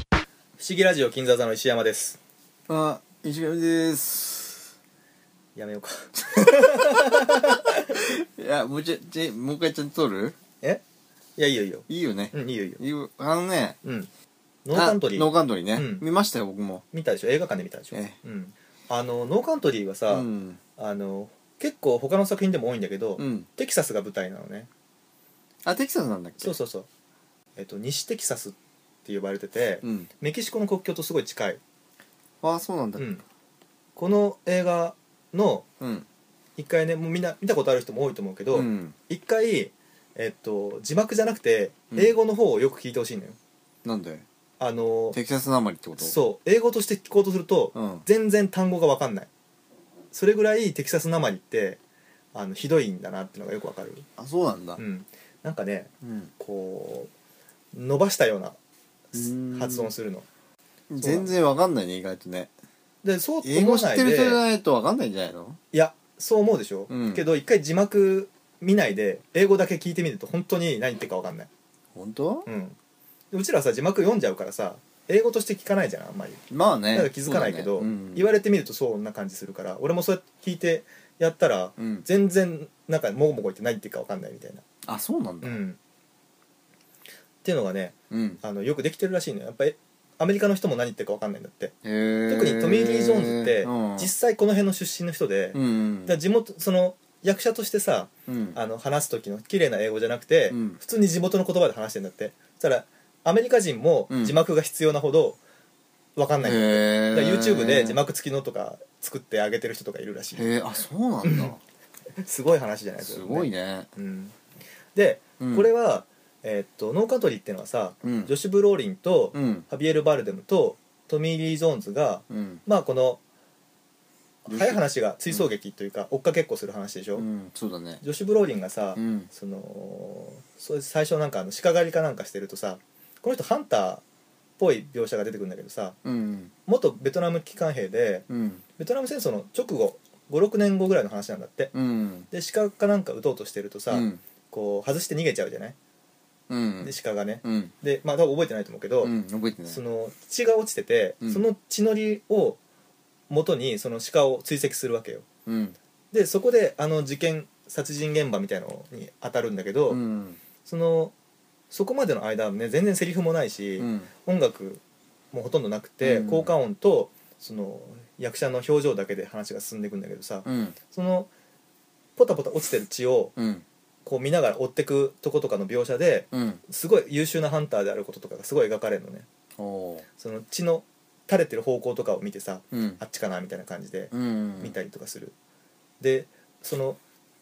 不思議ラジオ金沢座の石山ですあ、石上です。やめようかいや、もうちょ、ちょ、もう一回ちゃんと撮るえいやいいよいいよいいよね。うんいいよいいよいいよあのね、うんノーカントリあノーーカントリーね。うん見ましたよ、僕も。見たでしょ映画館で見たでしょ、えうんあのノーカントリーはうさ、ん。あの結構他の作品でも多いんだけど、うん。テキサスが舞台なのねあ、テキサスなんだっけそうそうそうえっと西テキサスって呼ばれてて、うん。メキシコの国境とすごい近い、あ、そうなんだう。んこの映画のうん。一回ねもうみんな見たことある人も多いと思うけど、うん。一回、えっと、字幕じゃなくてうん英語の方をよく聞いてほしいのよ、なんであのテキサスなまりってことそう英語として聞こうとすると、うん。全然単語が分かんないそれぐらいテキサスなまりってあのひどいんだなっていうのがよくわかる、あ、そうなんだう。ん、なんかねうん。こう伸ばしたようなうーん発音するの全然わかんないね、意外とね。でそう英思語わ知っないてる人じゃでないとわかんないんじゃないのいやそう思うでしょ、うんけど一回字幕見ないで英語だけ聞いてみると本当に何言ってるか分かんない本当うんでうちらさ字幕読んじゃうからさ英語として聞かないじゃんあんまりまあね。だから気づかないけど、そうだねうん言われてみるとそんな感じするから俺もそうやって聞いてやったらうん。全然なんかもごもご言って何言ってるか分かんないみたいなあ、そうなんだう。んっていうのがねうん。あのよくできてるらしいのよやっぱりアメリカの人も何言ってるか分かんないんだってへー特にトミー・リー・ジョーンズってうん実際この辺の出身の人で、うんうんだから地元その役者としてさうんあの話す時の綺麗な英語じゃなくて、うん普通に地元の言葉で話してんだってそしたらアメリカ人もうん字幕が必要なほど分かんないんだって、へだから YouTube で字幕幕付きのとか作ってあげてる人とかいるらしいへえあそうなんだすごい話じゃないですすか、ごいね、うん、で、うんこれは、えーっとノーカントリーっていうのはさ、うんジョシュ・ブローリンと、うんハビエル・バルデムとトミー・リー・ジョーンズがうんまあこのジョシュ早い話が追走劇というか、追っかけっこする話でしょ、うんそうだねジョシュ・ブローリンがさ、うんそのそう最初なんかあの鹿狩りかなんかしてるとさこの人ハンターっぽい描写が出てくるんだけどさうん元ベトナム機関兵でうんベトナム戦争の直後56年後ぐらいの話なんだってうんで鹿かなんか撃とうとしてるとさ、うんこう外して逃げちゃうじゃないうんで鹿がねうんでまあ多分覚えてないと思うけど、うん覚えてないその血が落ちてて、うんその血のりを元にその鹿を追跡するわけようんでそこであの事件殺人現場みたいのに当たるんだけど、うんそのそこまでの間はね全然セリフもないし、うん音楽もほとんどなくて、うん効果音とその役者の表情だけで話が進んでいくんだけどさ、うんそのポタポタ落ちてる血をうんこう見ながら追ってくとことかの描写でうんすごい優秀なハンターであることとかがすごい描かれるのねおーその血の垂れてる方向とかを見てさうんあっちかなみたいな感じでうん見たりとかする、でその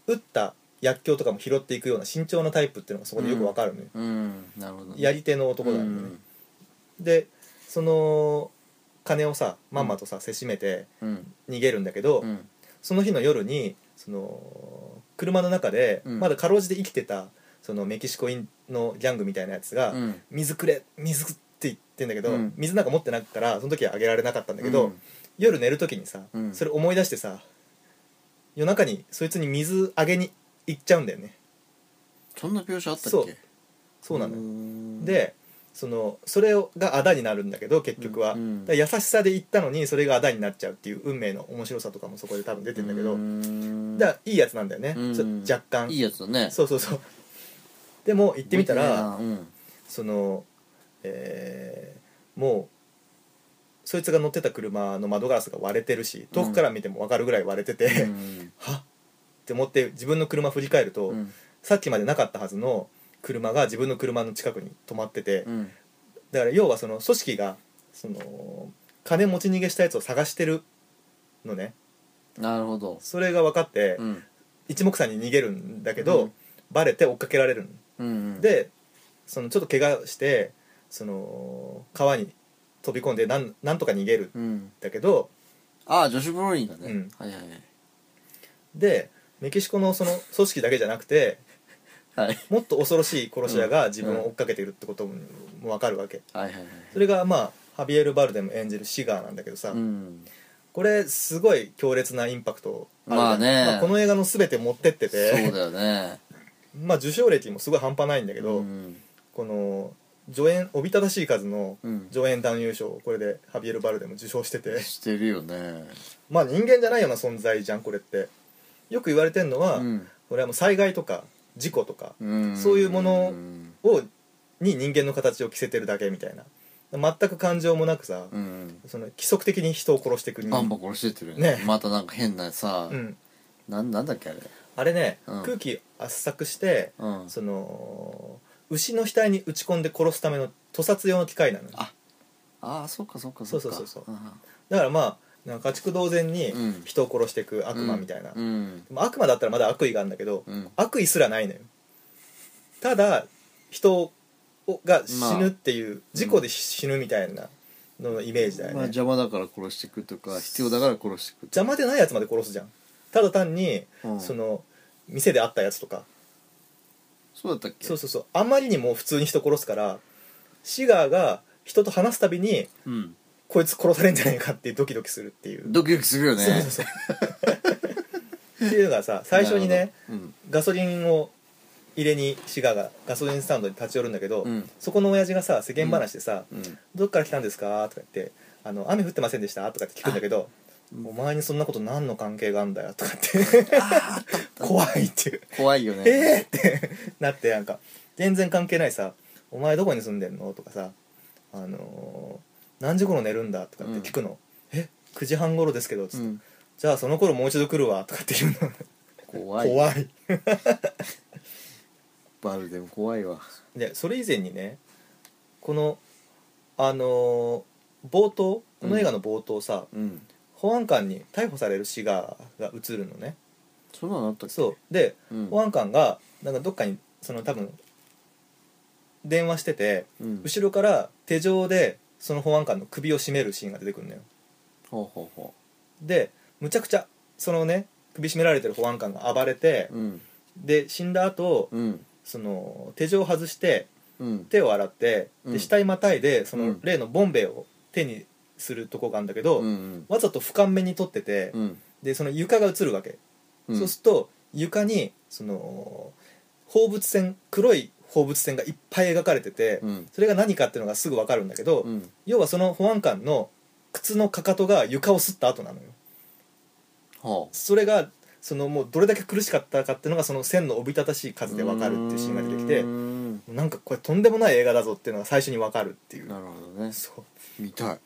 打った薬莢とかも拾っていくような慎重なタイプっていうのがそこでよくわかるのよ、うんなるほどねやり手の男なんだよね、でその金をさまんまとさせしめてうん逃げるんだけど、うんうんその日の夜にその車の中で、うんまだかろうじて生きてたそのメキシコインのギャングみたいなやつが「うん水くれ水」って言ってんだけど、うん水なんか持ってなかったからその時はあげられなかったんだけど、夜寝る時にさ、うんそれ思い出してさ夜中にそいつに水あげに行っちゃうんだよねそんな描写あったっけそうそうなのよ、のでそのそれがあだになるんだけど結局は、うんうんだから優しさで言ったのにそれがあだになっちゃうっていう運命の面白さとかもそこで多分出てんだけど、だからいいやつなんだよね、うんちょ若干いいやつだねそうそうそうでも行ってみたら覚えてないなうんそのえーもうそいつが乗ってた車の窓ガラスが割れてるし遠くから見ても分かるぐらい割れてて、うん はっって思って自分の車振り返ると、うんさっきまでなかったはずの車が自分の車の近くに止まってて、うんだから要はその組織がその金持ち逃げしたやつを探してるのねなるほどそれが分かってうん一目散に逃げるんだけど、うんバレて追っかけられるのうんでそのちょっと怪我してその川に飛び込んでなんなんとか逃げるんうんだけどああジョシュ・ブローリンがね、うんはいはいでメキシコのその組織だけじゃなくてはいはいもっと恐ろしい殺し屋が自分を追っかけているってこともも分かるわけはいはいそれがまあハビエル・バルデム演じるシガーなんだけどさ、うんこれすごい強烈なインパクトるじゃんまあねこの映画の全て持ってってそうてだよねまあ受賞歴もすごい半端ないんだけど、うんこの助演おびただしい数のうん助演男優賞をこれでハビエル・バルデも受賞しててしてるよねまあ人間じゃないような存在じゃんこれってよく言われてんのは、うんこれはもう災害とか事故とかうんそういうものうんをに人間の形を着せてるだけみたいな全く感情もなくさ、うんその規則的に人を殺していく人バンバン殺してってるよねまたなんか変なさうん、なんなんだっけあれあれね、うん空気圧搾してうんその牛の額に打ち込んで殺すための屠殺用の機械なのよあああそっかそっかそっそかうそうそうそううんだからまあなんか家畜同然にうん人を殺していく悪魔みたいな、うんまあ悪魔だったらまだ悪意があるんだけど、うん悪意すらないのよただ人をが死ぬっていう、事故で死ぬみたいなののイメージだよね、まあ邪魔だから殺していくとか必要だから殺していくと邪魔でないやつまで殺すじゃんただ単に、かうんその店で会ったやつとかそうだったっけそうそうそうあまりにも普通に人殺すからシガーが人と話すたびにうんこいつ殺されんじゃないかってドキドキするっていうドキドキするよねそうそうそうっていうのがさ最初にねなるほどガソリンを入れにシガーがガソリンスタンドに立ち寄るんだけど、うんそこの親父がさ世間話でさ「うんうんどっから来たんですか?」とか言って「あの雨降ってませんでした?」とかって聞くんだけど「お前にそんなこと何の関係があんだよ」とかって怖いっていう怖いよね「えっ!」ってなってなんか全然関係ないさ「お前どこに住んでんの?」とかさ「あのー何時頃寝るんだ?」とかって聞くの「え9時半頃ですけど」つって、うんじゃあその頃もう一度来るわ」とかって言うの怖い怖いバルでも怖いわでそれ以前にねこのあのー冒頭この映画の冒頭さ、うん保安官に逮捕されるシガーが映るのねそんなのあったっけそうで、うん保安官がなんかどっかにその多分電話しててうん後ろから手錠でその保安官の首を絞めるシーンが出てくるのよほうほうほでむちゃくちゃそのね首絞められてる保安官が暴れてううんで死んだ後うんその手錠を外してうん手を洗ってうんで死体またいでそうのん例のボンベを手にするとこがあるんだけど、うんわざと俯瞰目に撮ってて、うんでその床が映るわけ、うんそうすると床にその放物線黒い放物線がいっぱい描かれてて、うんそれが何かっていうのがすぐ分かるんだけど、うん要はその保安官の靴のかかとが床を擦った後なのよはあそれがそのもうどれだけ苦しかったかっていうのがその線のおびただしい数で分かるっていうシーンが出てきてうーんなんかこれとんでもない映画だぞっていうのが最初に分かるっていうなるほどねそう見たい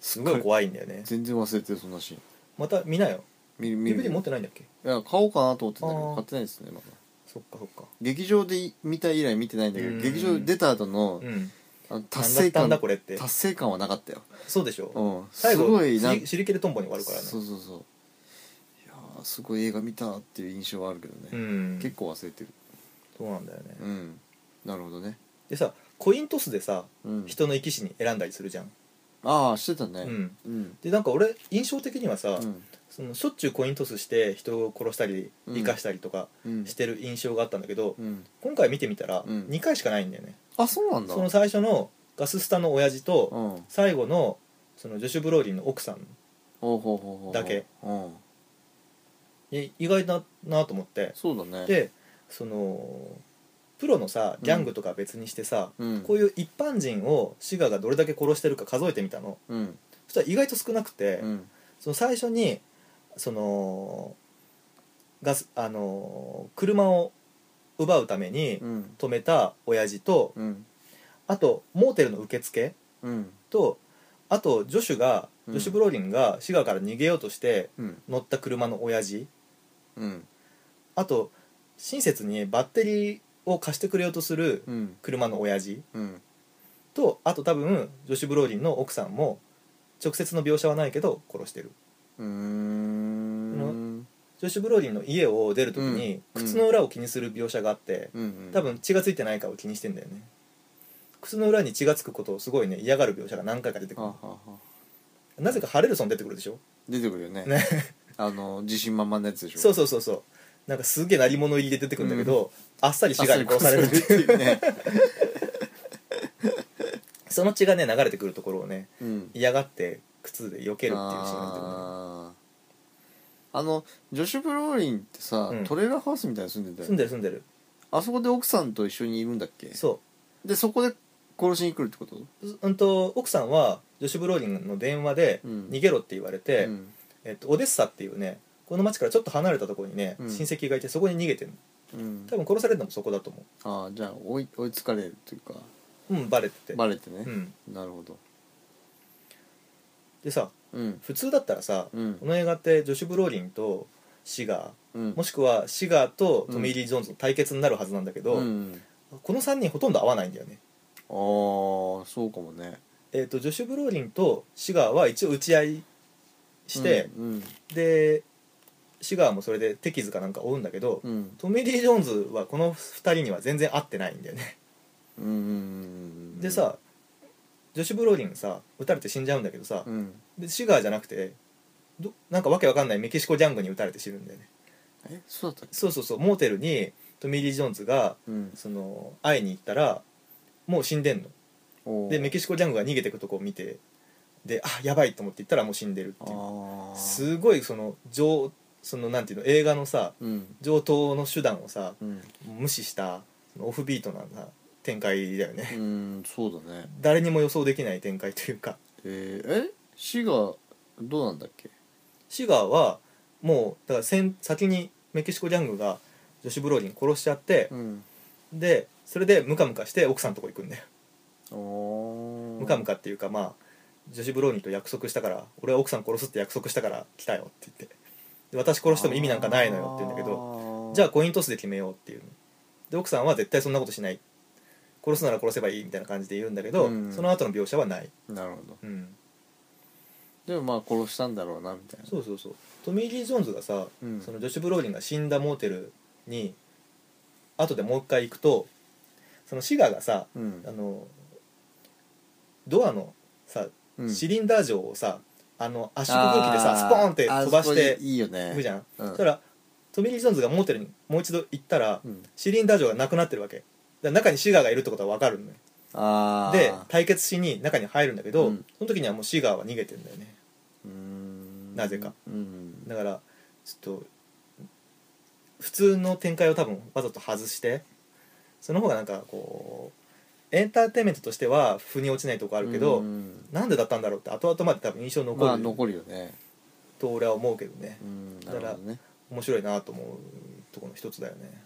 すごい怖いんだよね全然忘れてるそんなシーンまた見なよ見る見る DVD 持ってないんだっけいや買おうかなと思ってたけあどー買ってないですねまだそっかそっか劇場で見た以来見てないんだけうどん劇場出た後のうんあの達成なんだったん感だこれって達成感はなかったよそうでしょうん最す後ごいなんしり切れトンボに終わるからねそうそうそういやーすごい映画見たっていう印象はあるけどうね、ん結構忘れてるそうなんだよねうんなるほどね、でさコイントスでさうん、人の生き死に選んだりするじゃんああしてたねうんうんでなんか俺印象的にはさうんそのしょっちゅうコイントスして人を殺したりうん生かしたりとかうんしてる印象があったんだけどうん今回見てみたらうん2回しかないんだよねあそうなんだその最初のガススタの親父とうんほう最後のそのジョシュ・ブローリーの奥さんほうほうほうだけうんえ意外だなと思ってそうだねでそのプロのさギャングとか別にしてさ、うんこういう一般人をシガがどれだけ殺してるか数えてみたのうんそしたら意外と少なくて、うんその最初にそのガスあのー車を奪うためにうん止めた親父と、うんあとモーテルの受付うんとあとジョシュが、うんジョシュ・ブローリンがシガから逃げようとしてうん乗った車の親父うんあと親切にバッテリーを貸してくれようとするうん車の親父うんとあと多分ジョシュ・ブローリンの奥さんも直接の描写はないけど殺してるうーんジョシュ・ブローリンの家を出る時にうん靴の裏を気にする描写があってうん多分血がついてないかを気にしてんだよね靴の裏に血がつくことをすごいね嫌がる描写が何回か出てくはあはあはあるなぜかハレルソン出てくるでしょ出てくるよねねあの自信満々なやつでしょそうそうそうそうなんかすげえ鳴り物入りで出てくるんだけど、あっさり死骸に殺されるっていうてい うねその血がね流れてくるところをねうん嫌がって靴で避けるっていうシーンが出てくるねあーあのジョシュ・ブローリンってさ、うんトレーラーハウスみたいに住んでた住んよでる住んでるあそこで奥さんと一緒にいるんだっけそでそこで殺しに来るってことうんと奥さんはジョシュ・ブローディンの電話でうん逃げろって言われて、うんえっと、オデッサっていうねこの町からちょっと離れたところにね、うん親戚がいてそこに逃げてるうん多分殺されるのもそこだと思ああじゃあ追い追いつかれるというかううんバレてて、バレてねう、ん、なるほどでさうん普通だったらさ、うんこの映画ってジョシュ・ブローリンとシガうんーもししくはシガーとトミー・リー・ジョーンズの対決になるはずなんだけど、うん、この3人ほとんど合わないんだよねああそうかもねえっ、とジョシュ・ブローリンとシガーは一応打ち合いして、うんでシガーもそれで手傷かなんか負うんだけど、うんうんトミー・リー・ジョーンズはこの2人には全然合ってないんだよね、うんうんでさジョシュ・ブローリンさ撃たれて死んじゃうんだけどさ、うんでシガーじゃなくてどなんかわけわかんないメキシコジャングに撃たれて死ぬんだよねえそうだったっけそうそうそうモーテルにトミー・リー・ジョーンズがうんその会いに行ったらもう死んでんのおーでメキシコジャングが逃げてくとこを見てであやばいと思って行ったらもう死んでるっていうああすごいその上そのなんていうの映画のさうん上等の手段をさうん無視したそのオフビートなな展開だよね、うんそうだね誰にも予想できない展開というかえー、え死がどうなんだっけシガーはもうだから先先にメキシコジャングがジョシュ・ブローディン殺しちゃって、うんでそれでムカムカして奥さんのとこ行くんだよ、おムカムカっていうかまあジョシュ・ブローディンと約束したから俺は奥さん殺すって約束したから来たよって言ってで私殺しても意味なんかないのよって言うんだけどどじゃあコイントスで決めようっていうので奥さんは絶対そんなことしない殺すなら殺せばいいみたいな感じで言うんだけど、うんその後の描写はない、なるほどうん、でもまあ殺したんだろうなみたいなそうそうそうトミー・リー・ジョーンズがさ、うんそのジョシュ・ブローリンが死んだモーテルに後でもう一回行くとそのシガがさうあんのドアのさうんシリンダー錠をさあの圧縮空気でさスポーンって飛ばしていいよねいくじゃんうんそしたらトミー・リー・ジョーンズがモーテルにもう一度行ったらうんシリンダー錠がなくなってるわけだから中にシガがいるってことは分かるのよああで対決しに中に入るんだけど、うんその時にはもうシガは逃げてんだよねななぜかうんだからちょっと普通の展開を多分わざと外してその方がなんかこうエンターテインメントとしては腑に落ちないとこあるけど、うんなんでだったんだろうって後々まで多分印象残まある残るよねと俺は思うけどねう、んだなかるらほどね面白いなと思うところの一つだよね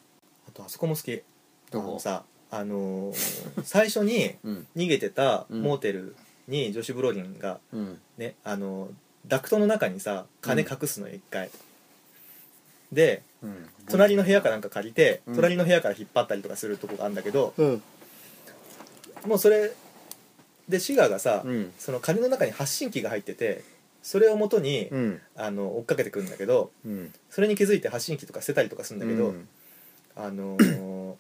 あとあそこも好きあどのこさあのー最初にうん逃げてたうんモーテルにジョシュ・ブロディンがうんねあのーダクトの中にさ金隠すのよ一回、でうん隣の部屋かなんか借りて、うん隣の部屋から引っ張ったりとかするとこがあるんだけど、うんもうそれでシガーがさ、うんその金の中に発信機が入っててそれを元に、うんあの追っかけてくるんだけどうんそれに気づいて発信機とか捨てたりとかするんだけど、うんあのー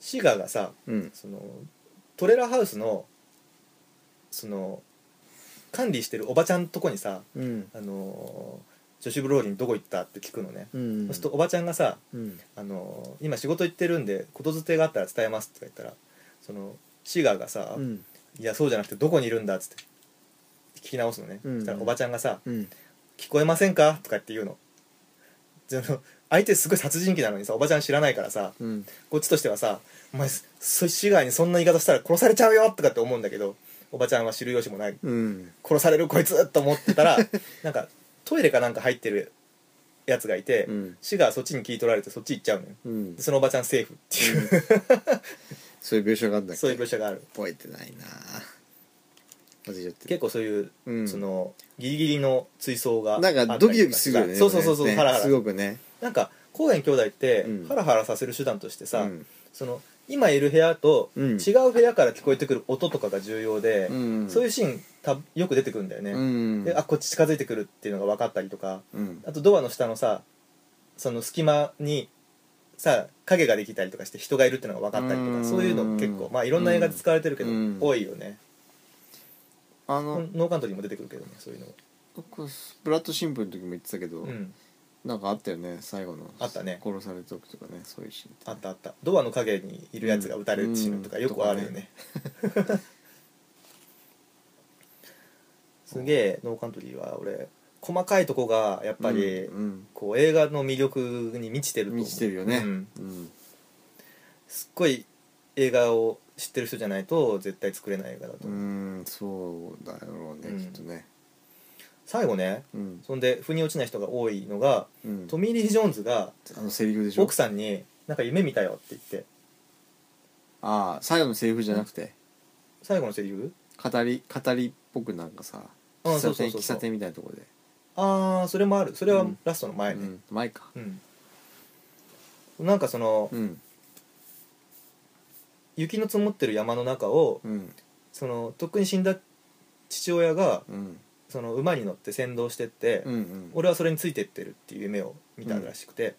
シガーがさうんそのトレーラーハウスのその管理してるおばちゃんとこにさ、うんあのージョシュ・ブローリンどこ行ったって聞くのね、うんそうするとおばちゃんがさうんあの今仕事行ってるんでことづてがあったら伝えます」とか言ったらそのシガーがさ「うんいやそうじゃなくてどこにいるんだ」っつって聞き直すのね、うんそしたらおばちゃんがさうん「聞こえませんか?」とかって言うのその相手すごい殺人鬼なのにさおばちゃん知らないからさうんこっちとしてはさ「お前そシガーにそんな言い方したら殺されちゃうよ」とかって思うんだけどおばちゃんは知る由もないうん殺されるこいつと思ってた らなんかトイレかなんか入ってるやつがいて、うんシガーそっちに聞い取られてそっち行っちゃうのようんでそのおばちゃんセーフっていうそういう描写があるんだっ けそういう描写がある覚えてないな忘れちゃっ結てる構そういう、うんそのギリギリの追走がなんあっかたりとドキドキするよねそうそうそうそう、ねハラハすラごくねなんか高円兄弟ってうんハラハラさせる手段としてさ、うんその今いる部屋とうん違う部屋から聞こえてくる音とかが重要で、うんそういうシーンたよく出てくるんだよね、うんであこっち近づいてくるっていうのが分かったりとかうんあとドアの下のさその隙間にさ影ができたりとかして人がいるっていうのが分かったりとうかんそういうの結構まあいろんな映画で使われてるけど、うん多いよねあうのんノーカントリーも出てくるけどねそういうのも僕スプラット新聞の時も言ってたけど、うんなんかあったよね最後のあったね殺された時とかねそういうシーンあったあったドアの影にいるやつが撃たれるシーンとかうんよくあるよ ね、すげえノーカントリーは俺細かいとこがやっぱり、うんこう映画の魅力に満ちてるうとん思う満ちてるよねうんうんすっごい映画を知ってる人じゃないと絶対作れない映画だと、うんそうだろうね、うんきっとね最後ねうん、そんで腑に落ちない人が多いのが、うん、トミー・リー・ジョーンズがあのセリフでしょ奥さんに「なんか夢見たよ」って言ってああ最後のセリフじゃなくて最後のセリフ語り語りっぽくなんかさうん喫そ茶うそ店うそう喫そう茶店みたいなところでああそれもあるそれはうんラストの前うねん前かうん、なんかその、うん雪の積もってる山の中をうんそのとっくに死んだ父親がうんその馬に乗って先導してって、うんうん俺はそれについてってるっていう夢を見たらしくて、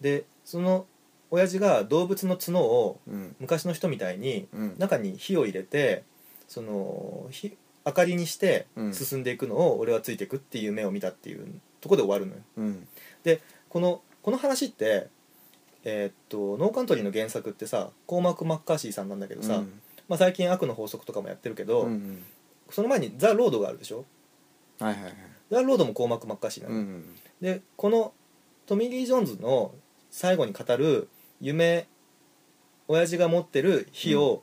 でその親父が動物の角をうん昔の人みたいにうん中に火を入れてその火明かりにしてうん進んでいくのを俺はついていくっていう夢を見たっていうとこで終わるのようんこのこの話ってえーっとノーカントリーの原作ってさコーマック・マッカーシーさんなんだけどさ、うんまあ、最近悪の法則とかもやってるけど、うんうんその前にザ・ロードがあるでしょはいはいはいザ・ロードもコーマック・マッカーシーなうの、んうんでこのトミー・リー・ジョーンズの最後に語る夢親父が持ってる火を、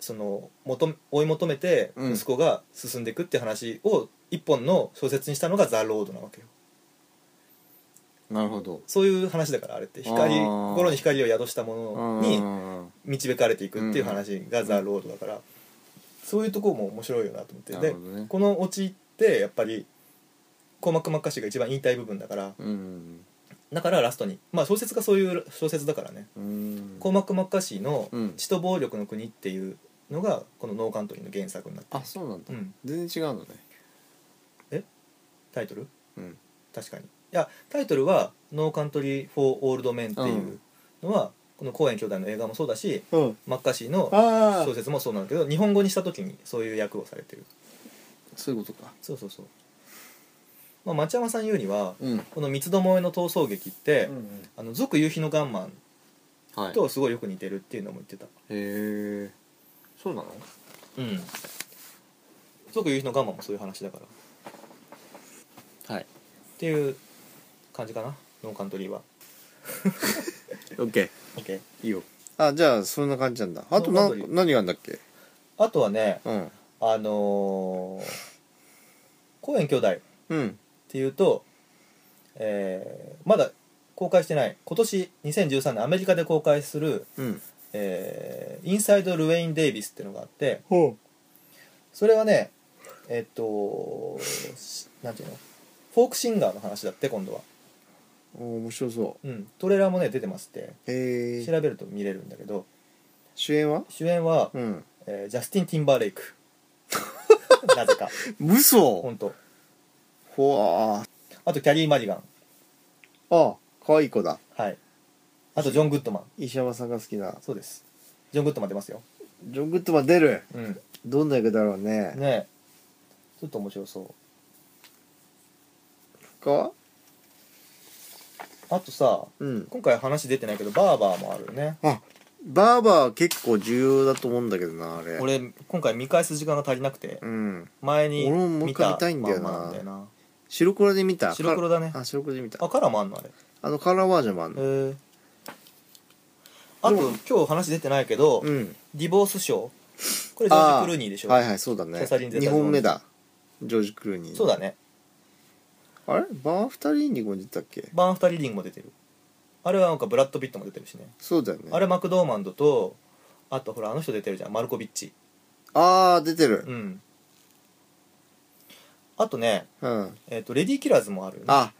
その求め追い求めてうん息子が進んでいくって話を一本の小説にしたのが「ザ・ロード」なわけよなるほどそういう話だからあれって光あー心に光を宿したものにうん導かれていくっていう話が「ザ・ロード」だから、そういうとこも面白いよなと思ってなでるほどねこのオチってやっぱりコーマック・マッカーシーが一番言いたい部分だからうんだからラストにまあ小説がそういう小説だからねうんコーマック・マッカーシーのう「ん血と暴力の国」っていうのがこのノーカントリーの原作になってあるそうなんだうん全然違うのねタイトルうん確かにいやタイトルは「ノーカントリー・フォー・オールド・メン」っていうのは、このコーエン兄弟の映画もそうだしうんマッカーシーのああ小説もそうなんだけど日本語にした時にそういう役をされてるそういうことかそうそうそう、まあ、町山さん言うにはうんこの「三つどもえの逃走劇」って、あの俗夕日のガンマンはいとすごいよく似てるっていうのも言ってた、へえそうなのうん俗夕日のガンマンもそういう話だからっはいていう感じかなノーカントリーはオッケー OK いいよあじゃあそんな感じなんだあとそんななこと言う何があんだっけあとはねうんあのー、公園兄弟っうんていうと、えーまだ公開してない今年2013年アメリカで公開するうんえーインサイド・ルウェイン・デイビスっていうのがあってほそれはねえっとしなんていうのフォークシンガーの話だって今度は、う面白そうん、トレーラーもね出てますってうへ調えべると見れるんだけど主演は主演は、うんえージャスティン・ティンバー レイクなぜか嘘本当ほわーあとキャリー・マリガンあ可愛い子だはいあとジョン・グッドマン石山さんが好きなそうですジョン・グッドマン出ますよジョン・グッドマン出るうんねどんな役だろうねえちょっと面白そう他はあとさうん今回話出てないけどバーバーもあるよねあバーバー結構重要だと思うんだけどなあれ俺今回見返す時間が足りなくてうん前に俺ももう一回見たいんだよなまあまあみたいな白黒で見た白黒だねあ白黒で見たあカラーもあんのあれへあのカラーバージョンもあんのえあとでも今日話出てないけど、うんディボース賞これジョーあジ・クルーニーでしょ、はいはいそうだキねャサリンゼタ2本目だジョージ・クルーニーそうだねあれバーフタリーにも出てたっけバーン・フタ・リリングも出てるあれはなんかブラッド・ピットも出てるしねそうだよねあれマクドーマンドとあとほらあの人出てるじゃんマルコビッチあー出てるうんあとね、うん、えっとレディー・キラーズもあるよねあ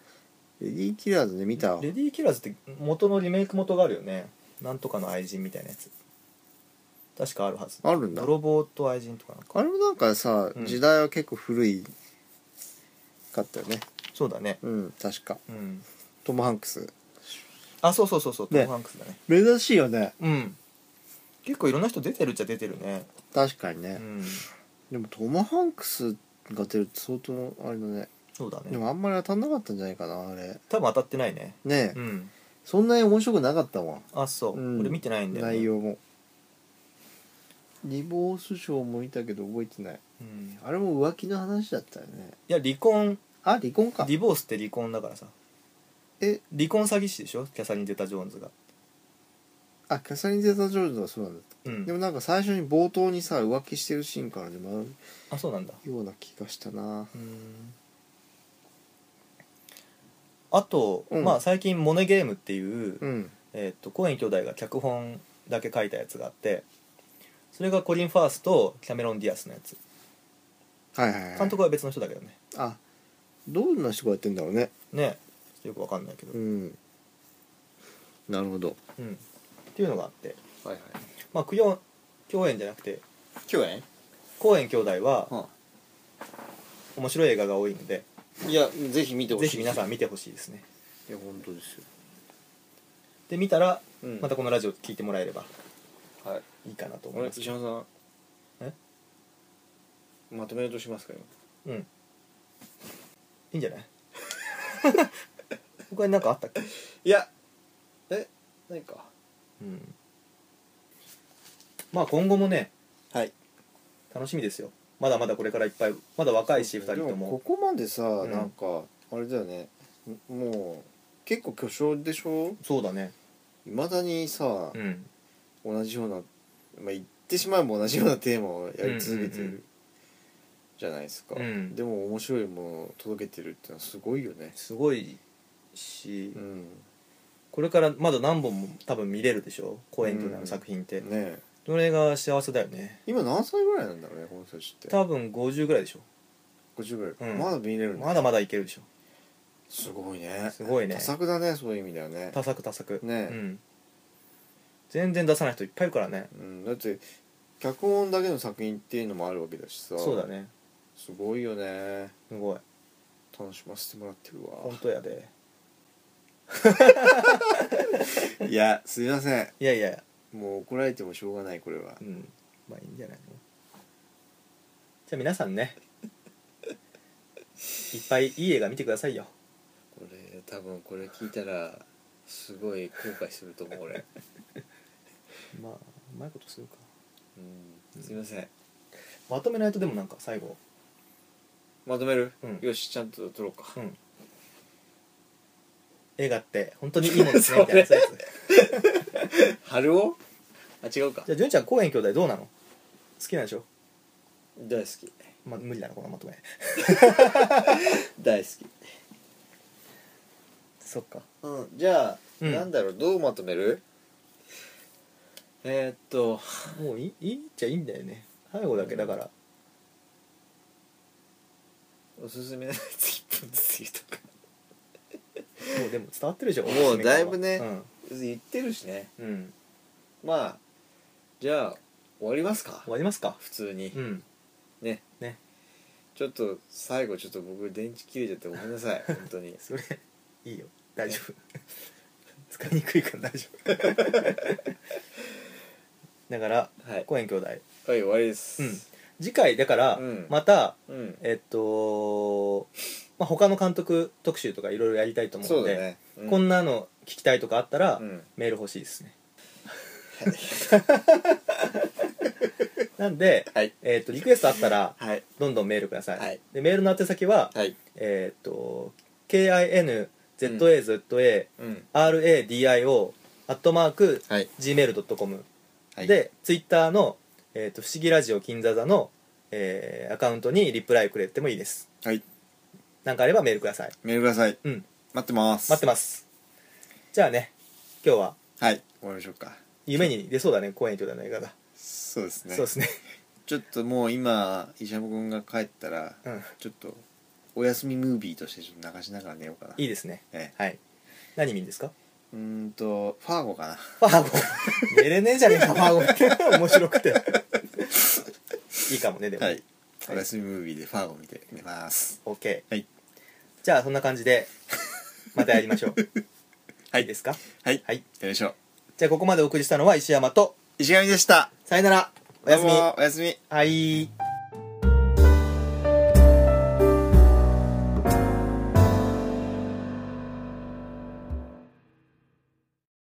レディー・キラーズね見たわレディー・キラーズって元のリメイク元があるよねなんとかの愛人みたいなやつ確かあるはずあるんだ泥棒と愛人とかなんかあれもなんかさ、うん時代は結構古いかったよねそうだねうん確かうんトム・ハンクスあそうそうそうそうトねム・ハンクスだね珍しいよねうん結構いろんな人出てるっちゃ出てるね確かにうね、んでもトム・ハンクスが出るって相当あれだねそうだでねもあんまり当たんなかったんじゃないかなあれ多分当たってないねねえ、うんそんなに面白くなかったもんあそう、うん俺見てないんだよ、ね、内、容も二坊主賞も見たけど覚えてないうん、あれも浮気の話だったよねいや離婚あ離婚かディボースって離婚だからさえ離婚詐欺師でしょキャサリン・デタ・ジョーンズがあキャサリン・ゼータ・ジョージはそうなんだ、うんでもなんか最初に冒頭にさ浮気してるシーンからでもああそうなんだるような気がしたなうんあと、うんまあ最近「モネゲーム」っていう、うんえーっとコエン兄弟が脚本だけ書いたやつがあってそれがコリン・ファースとキャメロン・ディアスのやつはいはい、はい、監督は別の人だけどねあどんな人がやってんだろうねねちょっとよくわかんないけど、ううんんなるほどっていうのがあってはいはいまあ供養共演じゃなくて今日はねコエン兄弟はは面白い映画が多いのでいやぜひ見てぜひ皆さんん見てほしいですねいや本当ですよ、で見たらうんまたこのラジオ聞いてもらえればはいいいかなと思俺います石原さんえまとめようとしますかようんいいんじゃない 他に何かあったっけいやえ何かうんまあ今後もねはい楽しみですよまだまだこれからいっぱいまだ若いし2人でとももここまでさ、んなんかあれだよねもう結構巨匠でしょそうだねいまだにさう、ん同じような、まあ、言ってしまえば同じようなテーマをやり続けてうんうんうんるじゃないですか、うんでも面白いものを届けてるってのはすごいよねすごいし、うんこれからまだ何本も多分見れるでしょ公演となる作品って、ねえどれが幸せだよね今何歳ぐらいなんだろうねこの人たちって多分50ぐらいでしょ50ぐらい、うんまだ見れるんだまだまだいけるでしょすごいねすごいね多作だねそういう意味だよね多作多作ねうん、全然出さない人いっぱいいるからねうん、だって脚本だけの作品っていうのもあるわけだしさそうだねすごいよねすごい楽しませてもらってる本当やでわいやすいませんいやいや、もう怒られてもしょうがないこれはうん、まあいいんじゃないのじゃあ皆さん ねいっぱいいい映画見てくださいよこれ多分これ聞いたらすごい後悔すると思う 俺、まあうまいことするかうん、すいませんまとめないとでもなんか最後まとめる、うんよしちゃんと撮ろうか うん映画って本当にいいもんですねみたいなやつ春をあ違うかじゃあ純ちゃん公園兄弟どうなの好きなんでしょ、大好きまあ、無理だなこのまとめ大好きそっかうんじゃあ、うんなんだろうどうまとめるえー、っともういいいいっちゃいいんだよね最後だけだからおすすめのやつ1分ずつ言うとかもうでも伝わってるでしょもうだいぶね言ってるしねうん、うん、まあじゃあ終わりますか終わりますか普通に、うんねねちょっと最後ちょっと僕電池切れちゃってごめんな さい本当にそれいいよ大丈夫 使いにくいから大丈夫 だからはい公園兄弟はい終わりですうん次回だからうんまた、うん、えっと、まあ、他の監督特集とかいろいろやりたいと思うそのうだでね、うこんなの聞きたいとかあったら、うんメール欲しいですね なんで、はいえっとリクエストあったらはいどんどんメールください、はいでメールの宛先は、はいえっと KINZAZARADIO うんアットマークはい gmail.com はいでツイッターの、えーと「不思議ラジオ金座座の」えーアカウントにリプライくれてもいいですはい何かあればメールくださいメールくださいうん待ってます待ってますじゃあね今日ははい終わりましょうか夢に出そうだね公演兄弟の映画が、そうですねそうですねちょっともう今石山君が帰ったら、うんちょっとお休みムービーとしてちょっと流しながら寝ようかないいですねえはい何見んですかえうーんとファーゴかなファーゴ寝れねえじゃ ねえかファーゴって面白くていいかもねでも、はいお休みムービーでファーゴ見て寝ますオッ OK はいじゃあそんな感じでまたやりましょうはいいいですかはいはいよいしょじゃあここまでお送りしたのは石山と石上でしたさよならおやすみどうもおやすみはい。